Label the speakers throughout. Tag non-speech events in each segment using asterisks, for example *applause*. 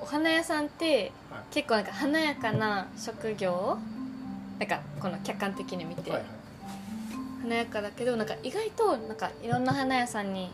Speaker 1: お花屋さんって
Speaker 2: はい
Speaker 1: 結構なんか華やかな職業なんかこの客観的に見て
Speaker 2: はいはい
Speaker 1: 華やかだけどなんか意外となんかいろんな花屋さんに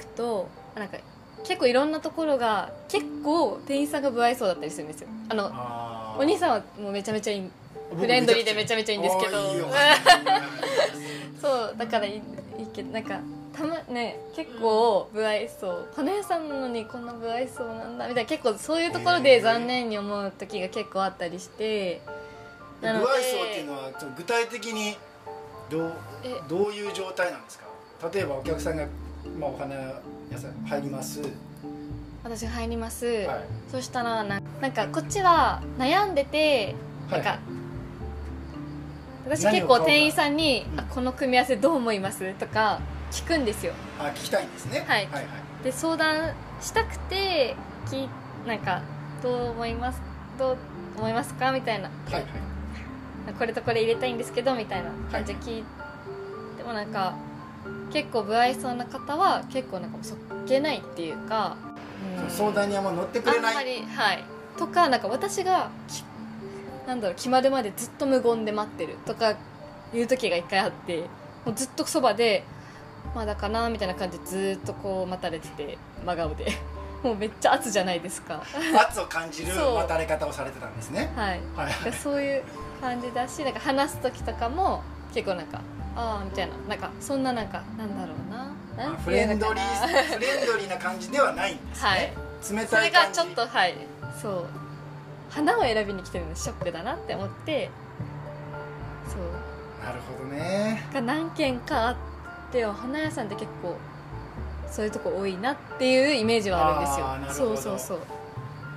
Speaker 1: 行くとなんか結構いろんなところが結構店員さんが不愛想だったりするんですよあの
Speaker 2: あー
Speaker 1: お兄さんはもうめちゃめちゃいい
Speaker 2: 僕
Speaker 1: フレンドリーでめちゃめちゃいいんですけど
Speaker 2: あ
Speaker 1: *laughs*
Speaker 2: ーいいよ
Speaker 1: そうだからいいいいけどなんかたまね結構不愛想花屋さんなのにこんな不愛想なんだみたいな結構そういうところ
Speaker 2: へ
Speaker 1: で
Speaker 2: ー
Speaker 1: 残念に思う時が結構あったりして
Speaker 2: 不
Speaker 1: なので
Speaker 2: 愛想っていうのはちょっと具体的にどう
Speaker 1: え
Speaker 2: どういう状態なんですか例えばお客さんが、まあ、お花屋さん入ります、はい、
Speaker 1: 私が入ります、
Speaker 2: はい
Speaker 1: そしたらななんかこっちは悩んでてなんか、私
Speaker 2: 何
Speaker 1: 結
Speaker 2: を買おう
Speaker 1: 構
Speaker 2: か
Speaker 1: 店員さんに「
Speaker 2: うん
Speaker 1: あこの組み合わせどう思います?」とか聞くんですよ
Speaker 2: あ聞きたいんですね
Speaker 1: はい
Speaker 2: はいはい
Speaker 1: で相談したくて聞いなんか「どう思いますどう思いますか?」みたいな
Speaker 2: はい
Speaker 1: これとこれ入れたいんですけどみたいな感じで聞いてもなんか結構不愛想な方は結構なんかそっけないっていうか、うん
Speaker 2: 相談にあんま乗ってく
Speaker 1: あ
Speaker 2: れ
Speaker 1: ん
Speaker 2: ない
Speaker 1: まりはいとかなんか私がきなんだろう決まるまでずっと無言で待ってるとかいう時が一回あってもうずっとそばでまだかなみたいな感じでずっとこう待たれてて真顔で *laughs* もうめっちゃ圧じゃないですか
Speaker 2: 圧を感じる
Speaker 1: そう
Speaker 2: 渡れ方をされてたんですね
Speaker 1: はい
Speaker 2: はい
Speaker 1: だからそういう感じだしなんか話す時とかも結構なんかああみたいななんかそんななんかなんだろうななん
Speaker 2: フ
Speaker 1: てい
Speaker 2: レ
Speaker 1: うの
Speaker 2: ンド
Speaker 1: か
Speaker 2: リ
Speaker 1: な
Speaker 2: ーフレンドリーな感じではないんですね、
Speaker 1: はい
Speaker 2: 冷
Speaker 1: そ
Speaker 2: た
Speaker 1: れ
Speaker 2: い
Speaker 1: が
Speaker 2: 感じ
Speaker 1: ちょっとはいそう花を選びに来てるのショックだなって思ってそう
Speaker 2: なるほどね
Speaker 1: が何軒かあってお花屋さんって結構そういうとこ多いなっていうイメージはあるんですよ
Speaker 2: あーなるほど
Speaker 1: そうそうそう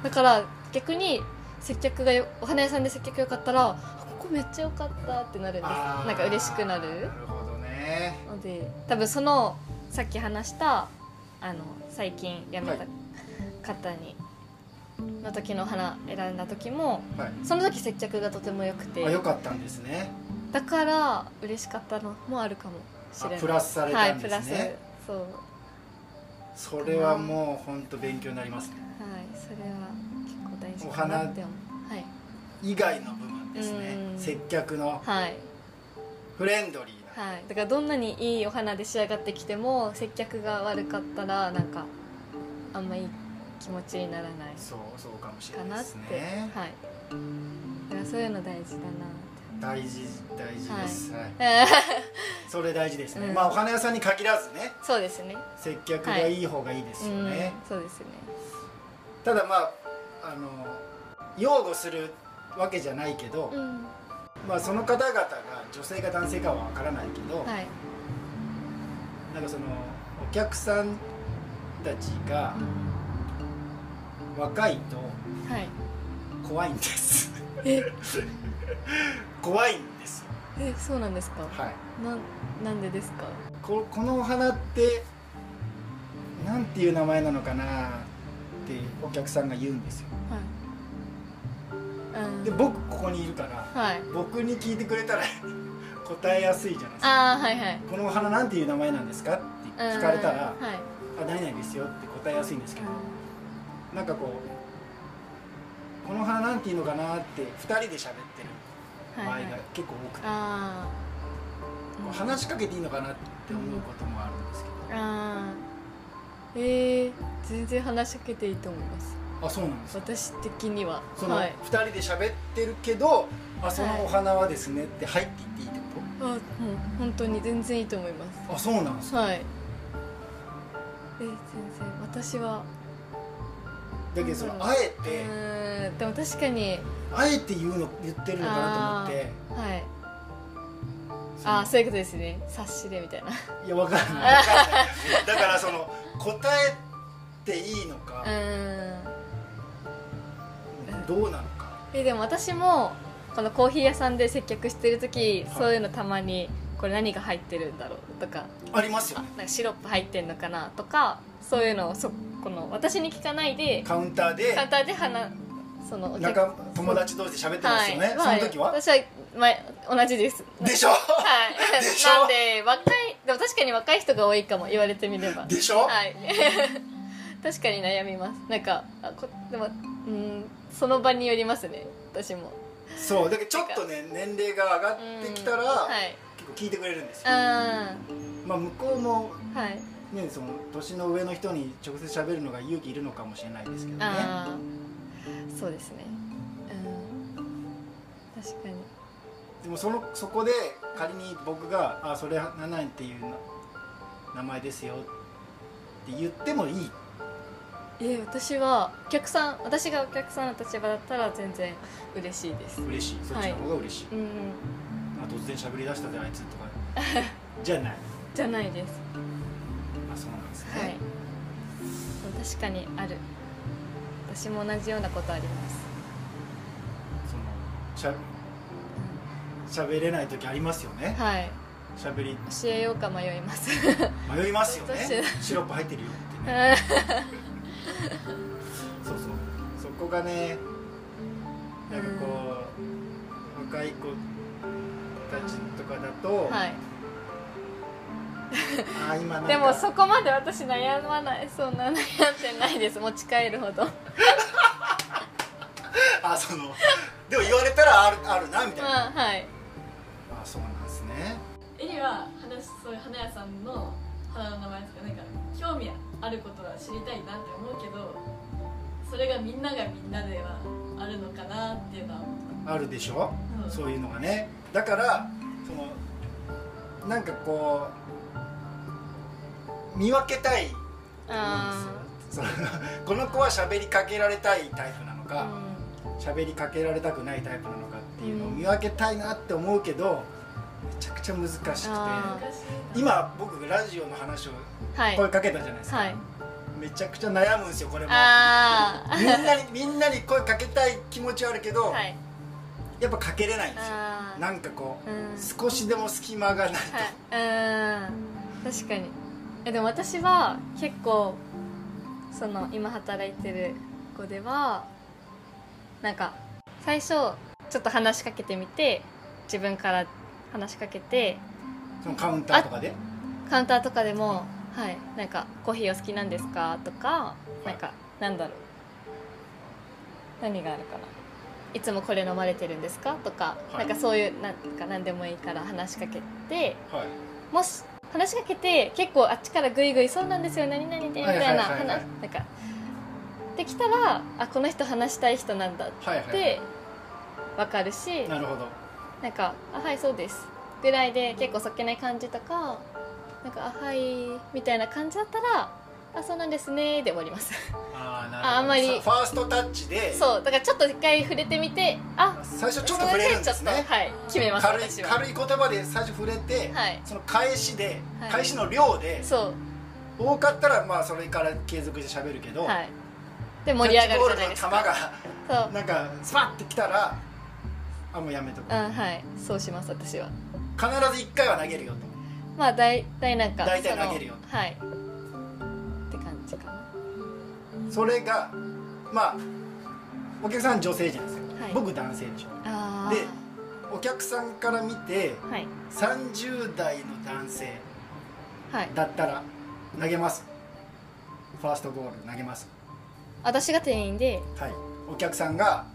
Speaker 1: だから逆に接客がよお花屋さんで接客良かったらあここめっちゃ良かったってなるんです
Speaker 2: あー
Speaker 1: なんか嬉しくな
Speaker 2: な
Speaker 1: る
Speaker 2: るほどね
Speaker 1: ので多分そのさっき話したあの最近辞め
Speaker 2: はい
Speaker 1: た方に、の時の花選んだ時も
Speaker 2: はい
Speaker 1: その時接客がとても良くて
Speaker 2: あ良かったんですね
Speaker 1: だから嬉しかったのもあるかもし
Speaker 2: あ
Speaker 1: れない
Speaker 2: プラスされ
Speaker 1: は
Speaker 2: た
Speaker 1: い
Speaker 2: ん
Speaker 1: プ
Speaker 2: で
Speaker 1: ラ
Speaker 2: す
Speaker 1: ス
Speaker 2: ね、
Speaker 1: そうはい
Speaker 2: それはもう本当勉強になりますね
Speaker 1: それは結構大事
Speaker 2: お
Speaker 1: か
Speaker 2: 花
Speaker 1: なって思うはい
Speaker 2: 以外の部分ですね
Speaker 1: うん
Speaker 2: 接客の
Speaker 1: はい、
Speaker 2: フレンドリーな、
Speaker 1: はい、だからどんなにいいお花で仕上がってきても接客が悪かったらなんかあんまいい気持ちにならない
Speaker 2: そうそうかもしれ
Speaker 1: か
Speaker 2: な
Speaker 1: な
Speaker 2: いで
Speaker 1: って
Speaker 2: す、ね
Speaker 1: はいだからそういうの大事だ
Speaker 2: 大事大事です、はい
Speaker 1: なって *laughs*
Speaker 2: それ大事ですね、
Speaker 1: うん
Speaker 2: まあお花屋さんに限らずね
Speaker 1: そうですね
Speaker 2: 接客がいい方がいいですよね、
Speaker 1: うん、そうですね
Speaker 2: ただまああの擁護するわけじゃないけど、
Speaker 1: うん
Speaker 2: まあその方々が女性か男性かは分からないけど、
Speaker 1: はい
Speaker 2: なんかそのお客さんたちが若いと
Speaker 1: はい
Speaker 2: 怖いんです
Speaker 1: え
Speaker 2: 怖いんですよ
Speaker 1: えそうなんですか
Speaker 2: はい
Speaker 1: なんなんでですか
Speaker 2: ここのお花ってなんていう名前なのかなってお客さんが言うんですよ
Speaker 1: はいうん
Speaker 2: で僕ここにいるから
Speaker 1: はい
Speaker 2: 僕に聞いてくれたら *laughs* 答えやすいじゃないですか
Speaker 1: ああはいはい
Speaker 2: このお花なんていう名前なんですかって
Speaker 1: うん
Speaker 2: 聞かれたら
Speaker 1: はい
Speaker 2: あ何々ですよって答えやすいんですけどなんかこうこのお花なんていうのかなって2人で喋ってる
Speaker 1: うん
Speaker 2: 場
Speaker 1: は
Speaker 2: 合が
Speaker 1: いはい
Speaker 2: 結構多くて、
Speaker 1: あ
Speaker 2: こ
Speaker 1: あ
Speaker 2: う話しかけていいのかなって思うこともあるんですけど、
Speaker 1: あーえー、全然話しかけていいと思います
Speaker 2: あそうなんですか
Speaker 1: 私的には
Speaker 2: その
Speaker 1: は
Speaker 2: 2
Speaker 1: い
Speaker 2: 人で喋ってるけど、あそのお花はですねって入っていっていいってこ
Speaker 1: あもう本当に全然いいと思います
Speaker 2: とあそうなんですか
Speaker 1: はい。え、先生、私は。
Speaker 2: だけどその
Speaker 1: うん
Speaker 2: あえ
Speaker 1: う
Speaker 2: て、
Speaker 1: ーん、でも確かに、
Speaker 2: あえて言うの言ってるのかなと思って
Speaker 1: はい。
Speaker 2: その
Speaker 1: あー、そういうことですね。察しでみた
Speaker 2: *laughs*
Speaker 1: いな。
Speaker 2: いやわかんないわかんないだからその答えていいのか
Speaker 1: う、ーん。
Speaker 2: どうなのか
Speaker 1: え、でも私も、このコーヒー屋さんで接客してる時、
Speaker 2: はい
Speaker 1: そういうのたまに。これ何が入ってるんだろうとか
Speaker 2: あります
Speaker 1: あ
Speaker 2: よね
Speaker 1: なんかシロップ入ってんのかなとかそういうのをそこの私に聞かないで
Speaker 2: カウンターで
Speaker 1: 簡単で話そのお客
Speaker 2: 仲友達同士で喋ってますよね、
Speaker 1: はい、
Speaker 2: その時は、
Speaker 1: 私は前同じです
Speaker 2: でしょ
Speaker 1: はい、
Speaker 2: でしょ
Speaker 1: なんで若いでも確かに若い人が多いかも言われてみれば *laughs*
Speaker 2: でしょ、
Speaker 1: はい確かに悩みますなんかあこでもうんその場によりますね私も
Speaker 2: そうだけどちょっとね年齢が上がってきたら、
Speaker 1: うんはい
Speaker 2: 結構聞いてくれるんですよ
Speaker 1: あ
Speaker 2: まあ向こうも
Speaker 1: ーはい
Speaker 2: ねその年の上の人に直接喋るのが勇気いるのかもしれないですけどね
Speaker 1: あーそうですねうん確かに
Speaker 2: でもそのそこで仮に僕が「あそれは何々っていうの名前ですよ」って言ってもいい
Speaker 1: え私はお客さん私がお客さんの立場だったら全然嬉しいです
Speaker 2: 嬉しいそっちの方が嬉し
Speaker 1: う
Speaker 2: い、
Speaker 1: ん
Speaker 2: あ突然喋り出したであいつ
Speaker 1: *laughs*
Speaker 2: とかじゃない
Speaker 1: じゃないです
Speaker 2: あそうなんですね、
Speaker 1: はい確かにある私も同じようなことあります
Speaker 2: そのしゃ喋れない時ありますよね
Speaker 1: はい
Speaker 2: 喋り
Speaker 1: 教えようか迷います
Speaker 2: 迷いますよ
Speaker 1: どうして
Speaker 2: ね
Speaker 1: だ
Speaker 2: シロップ入ってるよってね
Speaker 1: *laughs* は
Speaker 2: そうそうそこがねなんかこう、若い子たちとかだと、
Speaker 1: い
Speaker 2: あ今なんか
Speaker 1: でもそこまで私悩まないそんな悩んでないです持ち帰るほど
Speaker 2: あそのでも言われたらあるあるなみたいな、
Speaker 1: まあはい
Speaker 2: あそうなんですね
Speaker 3: エリは話すそういう花屋さんの花の名前とかなんか興味あることは知りたいなって思うけどそれがみんながみんなではあるのかなっていうのは思
Speaker 2: あるでしょ
Speaker 3: う、
Speaker 2: そういうのがねだからそのなんかこう見分けたい
Speaker 1: あ
Speaker 2: そのこの子は喋りかけられたいタイプなの
Speaker 1: あ
Speaker 2: か喋りかけられたくないタイプなのかっていうのを
Speaker 1: うん
Speaker 2: 見分けたいなって思うけどめちゃくちゃ難しくて
Speaker 1: あ
Speaker 3: 難しいな
Speaker 2: 今僕ラジオの話を
Speaker 1: はい
Speaker 2: 声かけたじゃないですか、
Speaker 1: はい
Speaker 2: めちゃくちゃ悩むんですよこれも
Speaker 1: あ
Speaker 2: みんなに *laughs* みんなに声かけたい気持ちはあるけど、
Speaker 1: あはい
Speaker 2: やっぱかけれないんですよ
Speaker 1: あ
Speaker 2: なんかこう
Speaker 1: あうん
Speaker 2: 少しでも隙間がないと、
Speaker 1: はい、うん確かにえでも私は結構その今働いてる子ではなんか最初ちょっと話しかけてみて自分から話しかけて
Speaker 2: そのカウンターとかで
Speaker 1: カウンターとかでも「はいなんかコーヒーお好きなんですか?」とかなんかなんだろう何があるかな「いつもこれ飲まれてるんですか?」とか、
Speaker 2: はい
Speaker 1: なんかそういうなんか何でもいいから話しかけて
Speaker 2: はい
Speaker 1: もし話しかけて結構あっちからグイグイ「そうなんですよ何々で」みたい
Speaker 2: はい
Speaker 1: な
Speaker 2: はいはい
Speaker 1: 話
Speaker 2: はい
Speaker 1: なんかできたらあこの人話したい人なんだっ
Speaker 2: はいはい
Speaker 1: てわかるし
Speaker 2: なるほど
Speaker 1: なんか「あはいそうです」ぐらいで結構そっけない感じとか「なんかあはい」みたいな感じだったら「あそうなんですね」で終わります
Speaker 2: あーなるほど
Speaker 1: ああんまり
Speaker 2: さファーストタッチで
Speaker 1: そうだからちょっと一回触れてみてあ
Speaker 2: 最初ちょっと触れるんです
Speaker 1: それ
Speaker 2: ね
Speaker 1: でちょっとはい決めます
Speaker 2: 軽い
Speaker 1: 私は
Speaker 2: 軽い言葉で最初触れて、
Speaker 1: はい
Speaker 2: その返しで、
Speaker 1: はい
Speaker 2: 返しの量で
Speaker 1: そう
Speaker 2: 多かったらまあそれから継続して喋るけど、
Speaker 1: はいで盛り上がるじゃないです
Speaker 2: キャ
Speaker 1: か
Speaker 2: ッチ
Speaker 1: そ
Speaker 2: ボールの球がなんかスパッてきたらあもうやめとこう、
Speaker 1: ううんはいそうします私は
Speaker 2: 必ず一回は投げるよと
Speaker 1: まあ大体なんか
Speaker 2: 大体
Speaker 1: その
Speaker 2: 投げるよ
Speaker 1: はいって感じかな
Speaker 2: それがまあお客さん女性じゃないですか、
Speaker 1: はい
Speaker 2: 僕男性でしょ
Speaker 1: ああ
Speaker 2: でお客さんから見て
Speaker 1: はい
Speaker 2: 30代の男性
Speaker 1: はい
Speaker 2: だったら投げますファーストボール投げます
Speaker 1: 私が店員で
Speaker 2: はいお客さんが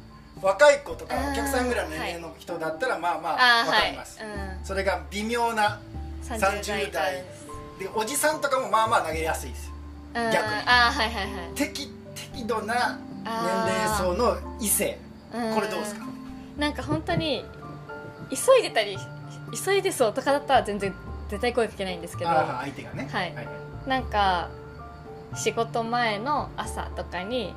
Speaker 2: 若い子とか
Speaker 1: あー
Speaker 2: お客さんぐらいの年齢の人だったらまあま
Speaker 1: あ
Speaker 2: あ
Speaker 1: あ
Speaker 2: 分
Speaker 1: は
Speaker 2: か
Speaker 1: い
Speaker 2: ります、それが微妙な
Speaker 1: うん
Speaker 2: 30代でおじさんとかもまあまあ投げやすいですよ
Speaker 1: うん
Speaker 2: 逆に
Speaker 1: ああはいはいはい
Speaker 2: 適適度な年齢
Speaker 1: あ
Speaker 2: 層の異性
Speaker 1: ー
Speaker 2: これどうですか
Speaker 1: んなんか本当に急いでたり急いでそうとかだったら全然絶対声かけないんですけど
Speaker 2: あー相手がね
Speaker 1: はいなんか仕事前の朝とかに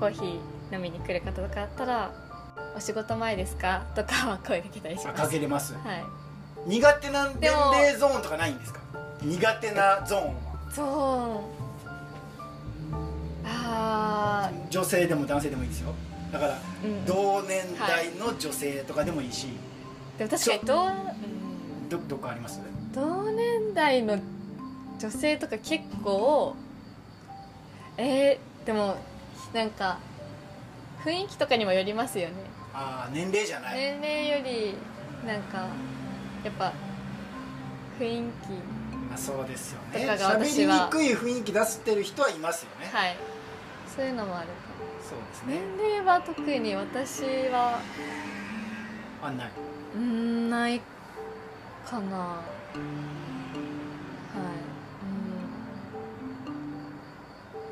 Speaker 1: コーヒー飲みに来る方とかだったら「お仕事前ですか?」とかは声かけたりし
Speaker 2: あ
Speaker 1: ます
Speaker 2: かけれます
Speaker 1: はい
Speaker 2: 苦手な年
Speaker 1: でも
Speaker 2: 齢ゾーンとかないんですか苦手なゾーンは
Speaker 1: そうあ
Speaker 2: 女性でも男性でもいいですよだから
Speaker 1: ーうんでも
Speaker 2: 同年代の女性とかでもいいし、
Speaker 1: 確かに同,、
Speaker 2: どどこあります
Speaker 1: うん、同年代の女性とか結構えー、でもなんか雰囲気とかにもよりますよね
Speaker 2: ああ年齢じゃない、
Speaker 1: 年齢よりなんかやっぱ雰囲気
Speaker 2: うんまあそうですよ
Speaker 1: と
Speaker 2: ね
Speaker 1: かが
Speaker 2: 喋
Speaker 1: 私
Speaker 2: り
Speaker 1: は
Speaker 2: にくい雰囲気出してる人はいますよね、
Speaker 1: はいそういうのもあるかも
Speaker 2: そうですね
Speaker 1: 年齢は特に私は
Speaker 2: あないう
Speaker 1: ーんないかなはい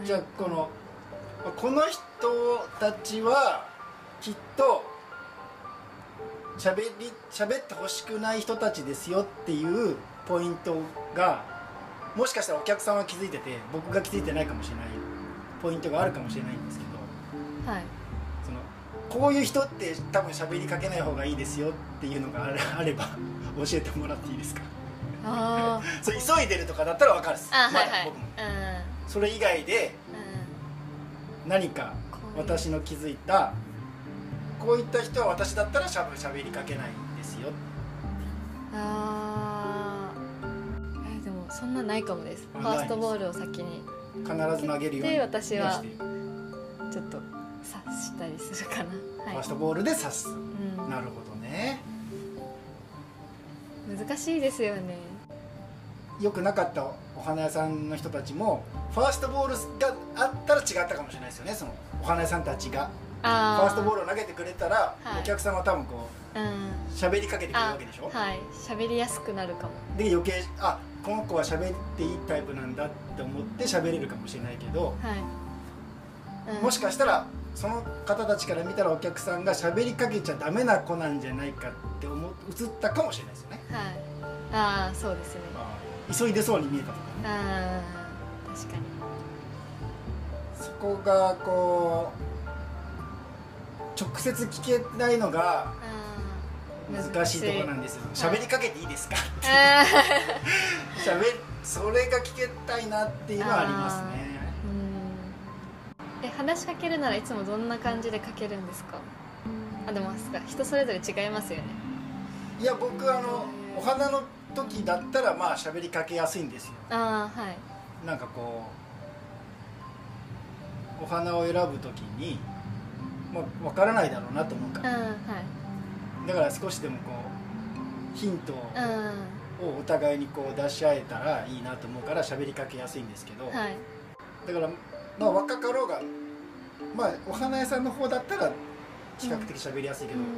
Speaker 1: うん
Speaker 2: じゃあこのこの人たちはきっと喋り喋ってほしくない人たちですよっていうポイントがもしかしたらお客さんは気づいてて僕が気づいてないかもしれないポイントがあるかもしれないんですけど
Speaker 1: はい
Speaker 2: そのこういう人って多分喋りかけない方がいいですよっていうのがあれあれば教えてもらっていいですか *laughs*
Speaker 1: あー
Speaker 2: それ急いでるとかだったら分かるです
Speaker 1: あ
Speaker 2: ま
Speaker 1: は
Speaker 2: だ
Speaker 1: いはい
Speaker 2: 僕もそれ以外で何か
Speaker 1: うんうんこういう
Speaker 2: 私の気づいたこういった人は私だったらしゃぶしゃべりかけないんですよ
Speaker 1: あーえでもそんなないかもですフ
Speaker 2: あ
Speaker 1: ァーストボールを先に
Speaker 2: 必ず投げるように
Speaker 1: で私は
Speaker 2: してフ
Speaker 1: ちょっと察したりするかなは
Speaker 2: ァー
Speaker 1: い
Speaker 2: ストボールで刺す、
Speaker 1: うん
Speaker 2: なるほどね
Speaker 1: 難しいですよね
Speaker 2: よくなかったお花屋さんの人たちもファーストボールがあったら違ったかもしれないですよねそのお花屋さんたちがフ
Speaker 1: あ
Speaker 2: ァーストボー
Speaker 1: ル
Speaker 2: ルを投げてくれたら、
Speaker 1: はい
Speaker 2: お客さんは多分こ
Speaker 1: うん
Speaker 2: う喋りかけてくる
Speaker 1: あ
Speaker 2: わけでしょ、
Speaker 1: はい喋りやすくなるかも
Speaker 2: で余計あこの子は喋っていいタイプなんだって思って喋れるかもしれないけど、
Speaker 1: はい、うん
Speaker 2: もしかしたらその方たちから見たらお客さんが喋りかけちゃダメな子なんじゃないかって思う映ったかもしれないですよね
Speaker 1: はいああそうですね
Speaker 2: 急いでそうに見えたとか
Speaker 1: ああ確かに
Speaker 2: そこがこう直接聞けないのが
Speaker 1: あー
Speaker 2: 難しいところなんですよ喋りかけていいですか
Speaker 1: あー
Speaker 2: 喋それが聞けたいなっていうのはありますね
Speaker 1: うんえ話しかけるならいつもどんな感じでかけるんですかあでもあそっか人それぞれ違いますよね
Speaker 2: いや僕あのお花の時だったらまあ喋りかけやすいんですよ
Speaker 1: ああはい
Speaker 2: なんかこうお花を選ぶ時に、まあ、分からないだろうなと思うか
Speaker 1: うん
Speaker 2: ら、
Speaker 1: はい
Speaker 2: だから少しでもこうヒント
Speaker 1: う
Speaker 2: をお互いにこう出し合えたらいいなと思うから喋りかけやすいんですけ
Speaker 1: ん
Speaker 2: ど、
Speaker 1: はい
Speaker 2: だから、まあ、若かろうが、まあ、お花屋さんの方だったら比較的喋りやすいけ
Speaker 1: う
Speaker 2: ど、
Speaker 1: ん
Speaker 2: こ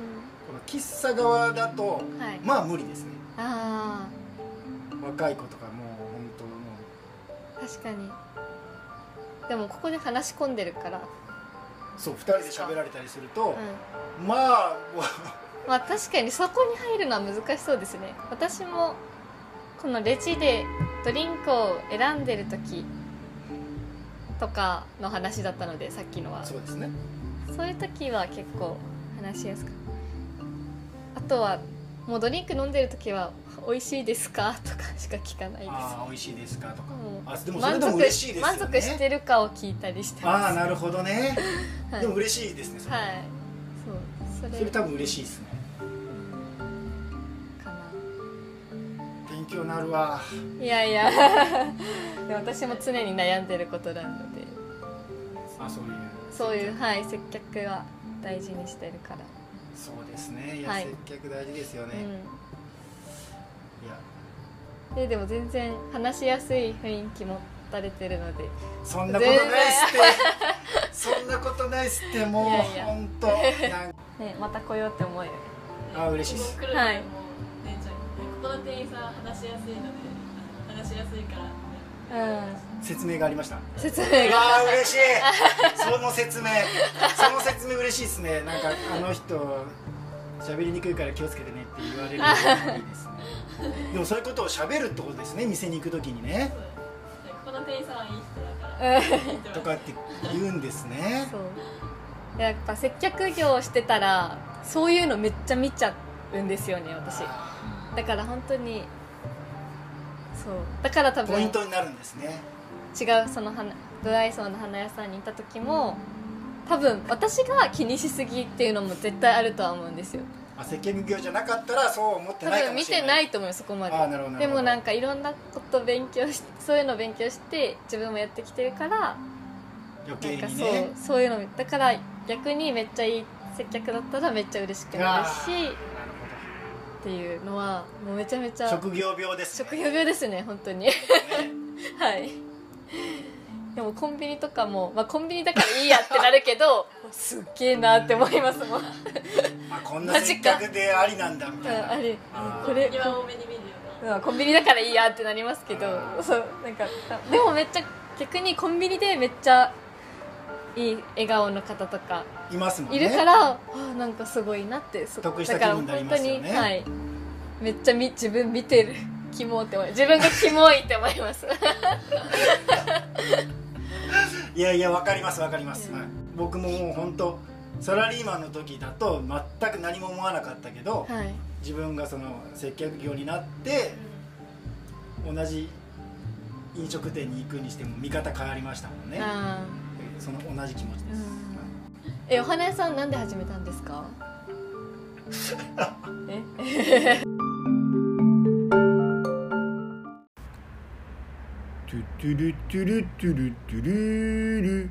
Speaker 2: の喫茶側だと
Speaker 1: はい
Speaker 2: まあ無理ですね
Speaker 1: あ
Speaker 2: 若い子とかもう本当も
Speaker 1: あ確かにでもここで話し込んでるから
Speaker 2: うそう2人で喋られたりすると
Speaker 1: う、ん
Speaker 2: まあもう
Speaker 1: まあ確かにそこに入るのは難しそうですね私もこのレジでドリンクを選んでる時とかの話だったのでさっきのは
Speaker 2: そうですね
Speaker 1: そういう時は結構話しやすかったあとはもうドリンク飲んでる時は「美味しいですか?」とかしか聞かないです
Speaker 2: ああ美味しいですかとか
Speaker 1: もう
Speaker 2: あでもそれ
Speaker 1: 満
Speaker 2: でも
Speaker 1: 足
Speaker 2: 嬉しいですよね
Speaker 1: 満足してるかを聞いたりして
Speaker 2: あ
Speaker 1: ま
Speaker 2: あ
Speaker 1: す
Speaker 2: なるほどね、
Speaker 1: はい
Speaker 2: でも嬉しいですねそれ,、
Speaker 1: はいそう
Speaker 2: そ
Speaker 1: そ
Speaker 2: れ
Speaker 1: れ
Speaker 2: 多分嬉しいですね
Speaker 1: かな
Speaker 2: 勉強になるわ
Speaker 1: いやいやで私も常に悩んでることなので
Speaker 2: あそういう
Speaker 1: そういう、はい、接客は大事にしてるから、
Speaker 2: そうですねいや、
Speaker 1: はい
Speaker 2: 接客大事ですよね、いや
Speaker 1: うん、ででも全然話しやすい雰囲気持たれてるので
Speaker 2: そんなことないっすってそんなことないっすってもう
Speaker 1: いやいや
Speaker 2: 本当なんか
Speaker 1: ね、また来ようって思える
Speaker 2: あ嬉しいです
Speaker 3: ここ来るのも
Speaker 1: はい
Speaker 3: 姉ちゃんにここの店員さん話しやすいので話しやすいからって
Speaker 1: う
Speaker 2: 説明がありました
Speaker 1: ん説明
Speaker 2: う
Speaker 1: が
Speaker 2: わあ
Speaker 1: *laughs*
Speaker 2: 嬉しいその説明その説明嬉しいですねなんかあの人喋りにくいから気をつけてねって言われるのもいい
Speaker 1: *laughs*
Speaker 2: ですねでもそういうことを喋るってことですね店に行く時にね
Speaker 3: そうでここの店員さんはいい人だか
Speaker 1: う
Speaker 3: ら
Speaker 1: ん *laughs*
Speaker 2: とかって言うんですね
Speaker 1: そういややっぱ接客業をしてたらそういうのめっちゃ見ちゃうんですよね私だから本当にそうだから多分
Speaker 2: ポイントになるんですね
Speaker 1: 違うその花ドライソーの花屋さんにいた時も多分私が気にしすぎっていうのも絶対あるとは思うんですよ
Speaker 2: あ接客業じゃなかったらそう思って
Speaker 1: 多
Speaker 2: ないか
Speaker 1: 分
Speaker 2: も
Speaker 1: 見
Speaker 2: しれ
Speaker 1: て
Speaker 2: な
Speaker 1: ないいと思うよそこま
Speaker 2: あー
Speaker 1: で
Speaker 2: なるほど
Speaker 1: でもなん
Speaker 2: か
Speaker 1: かいろんなこと勉強しそういうの勉強して自分もやってきてるから
Speaker 2: 余
Speaker 1: なんか
Speaker 2: 計に
Speaker 1: そう
Speaker 2: ね
Speaker 1: そういうのだから逆にめっちゃいい接客だったらめっちゃ嬉しくなるし
Speaker 2: なるほ
Speaker 1: っていうのはもうめちゃめちゃ
Speaker 2: 職業病ですね
Speaker 1: 職業病ですね本当に
Speaker 2: ね
Speaker 1: *laughs* はいでもコンビニとかも、まあ、コンビニだからいいやってなるけどすっげえなって思いますも
Speaker 2: *laughs*
Speaker 1: ん、うん、
Speaker 2: あこんな
Speaker 1: マジ
Speaker 2: 接
Speaker 1: か
Speaker 2: 客でありなんだみたいな
Speaker 1: あれ
Speaker 2: あー
Speaker 1: これ
Speaker 3: 今多めに見るよね
Speaker 1: うんコンビニだからいいやってなりますけど
Speaker 2: うん
Speaker 1: そうなんかでもめっちゃ逆にコンビニでめっちゃいい笑顔の方とか
Speaker 2: いますもんね
Speaker 1: いるから、あなんかすごいなってそ
Speaker 2: 得した気分になりますよね
Speaker 1: だから本当に、はい、めっちゃみ自分見てるキモって思い自分がキモいって思います
Speaker 2: *laughs* いやいやわかりますわかります、
Speaker 1: うん
Speaker 2: はい、僕ももう本当サラリーマンの時だと全く何も思わなかったけど、
Speaker 1: はい
Speaker 2: 自分がその接客業になって同じ飲食店に行くにしても見方変わりましたもんね、
Speaker 1: あ
Speaker 2: その同じ気持ちです、
Speaker 1: うんーえお花屋さんなんで始めたんですかえ
Speaker 2: トゥトゥルトゥルトゥルトゥルル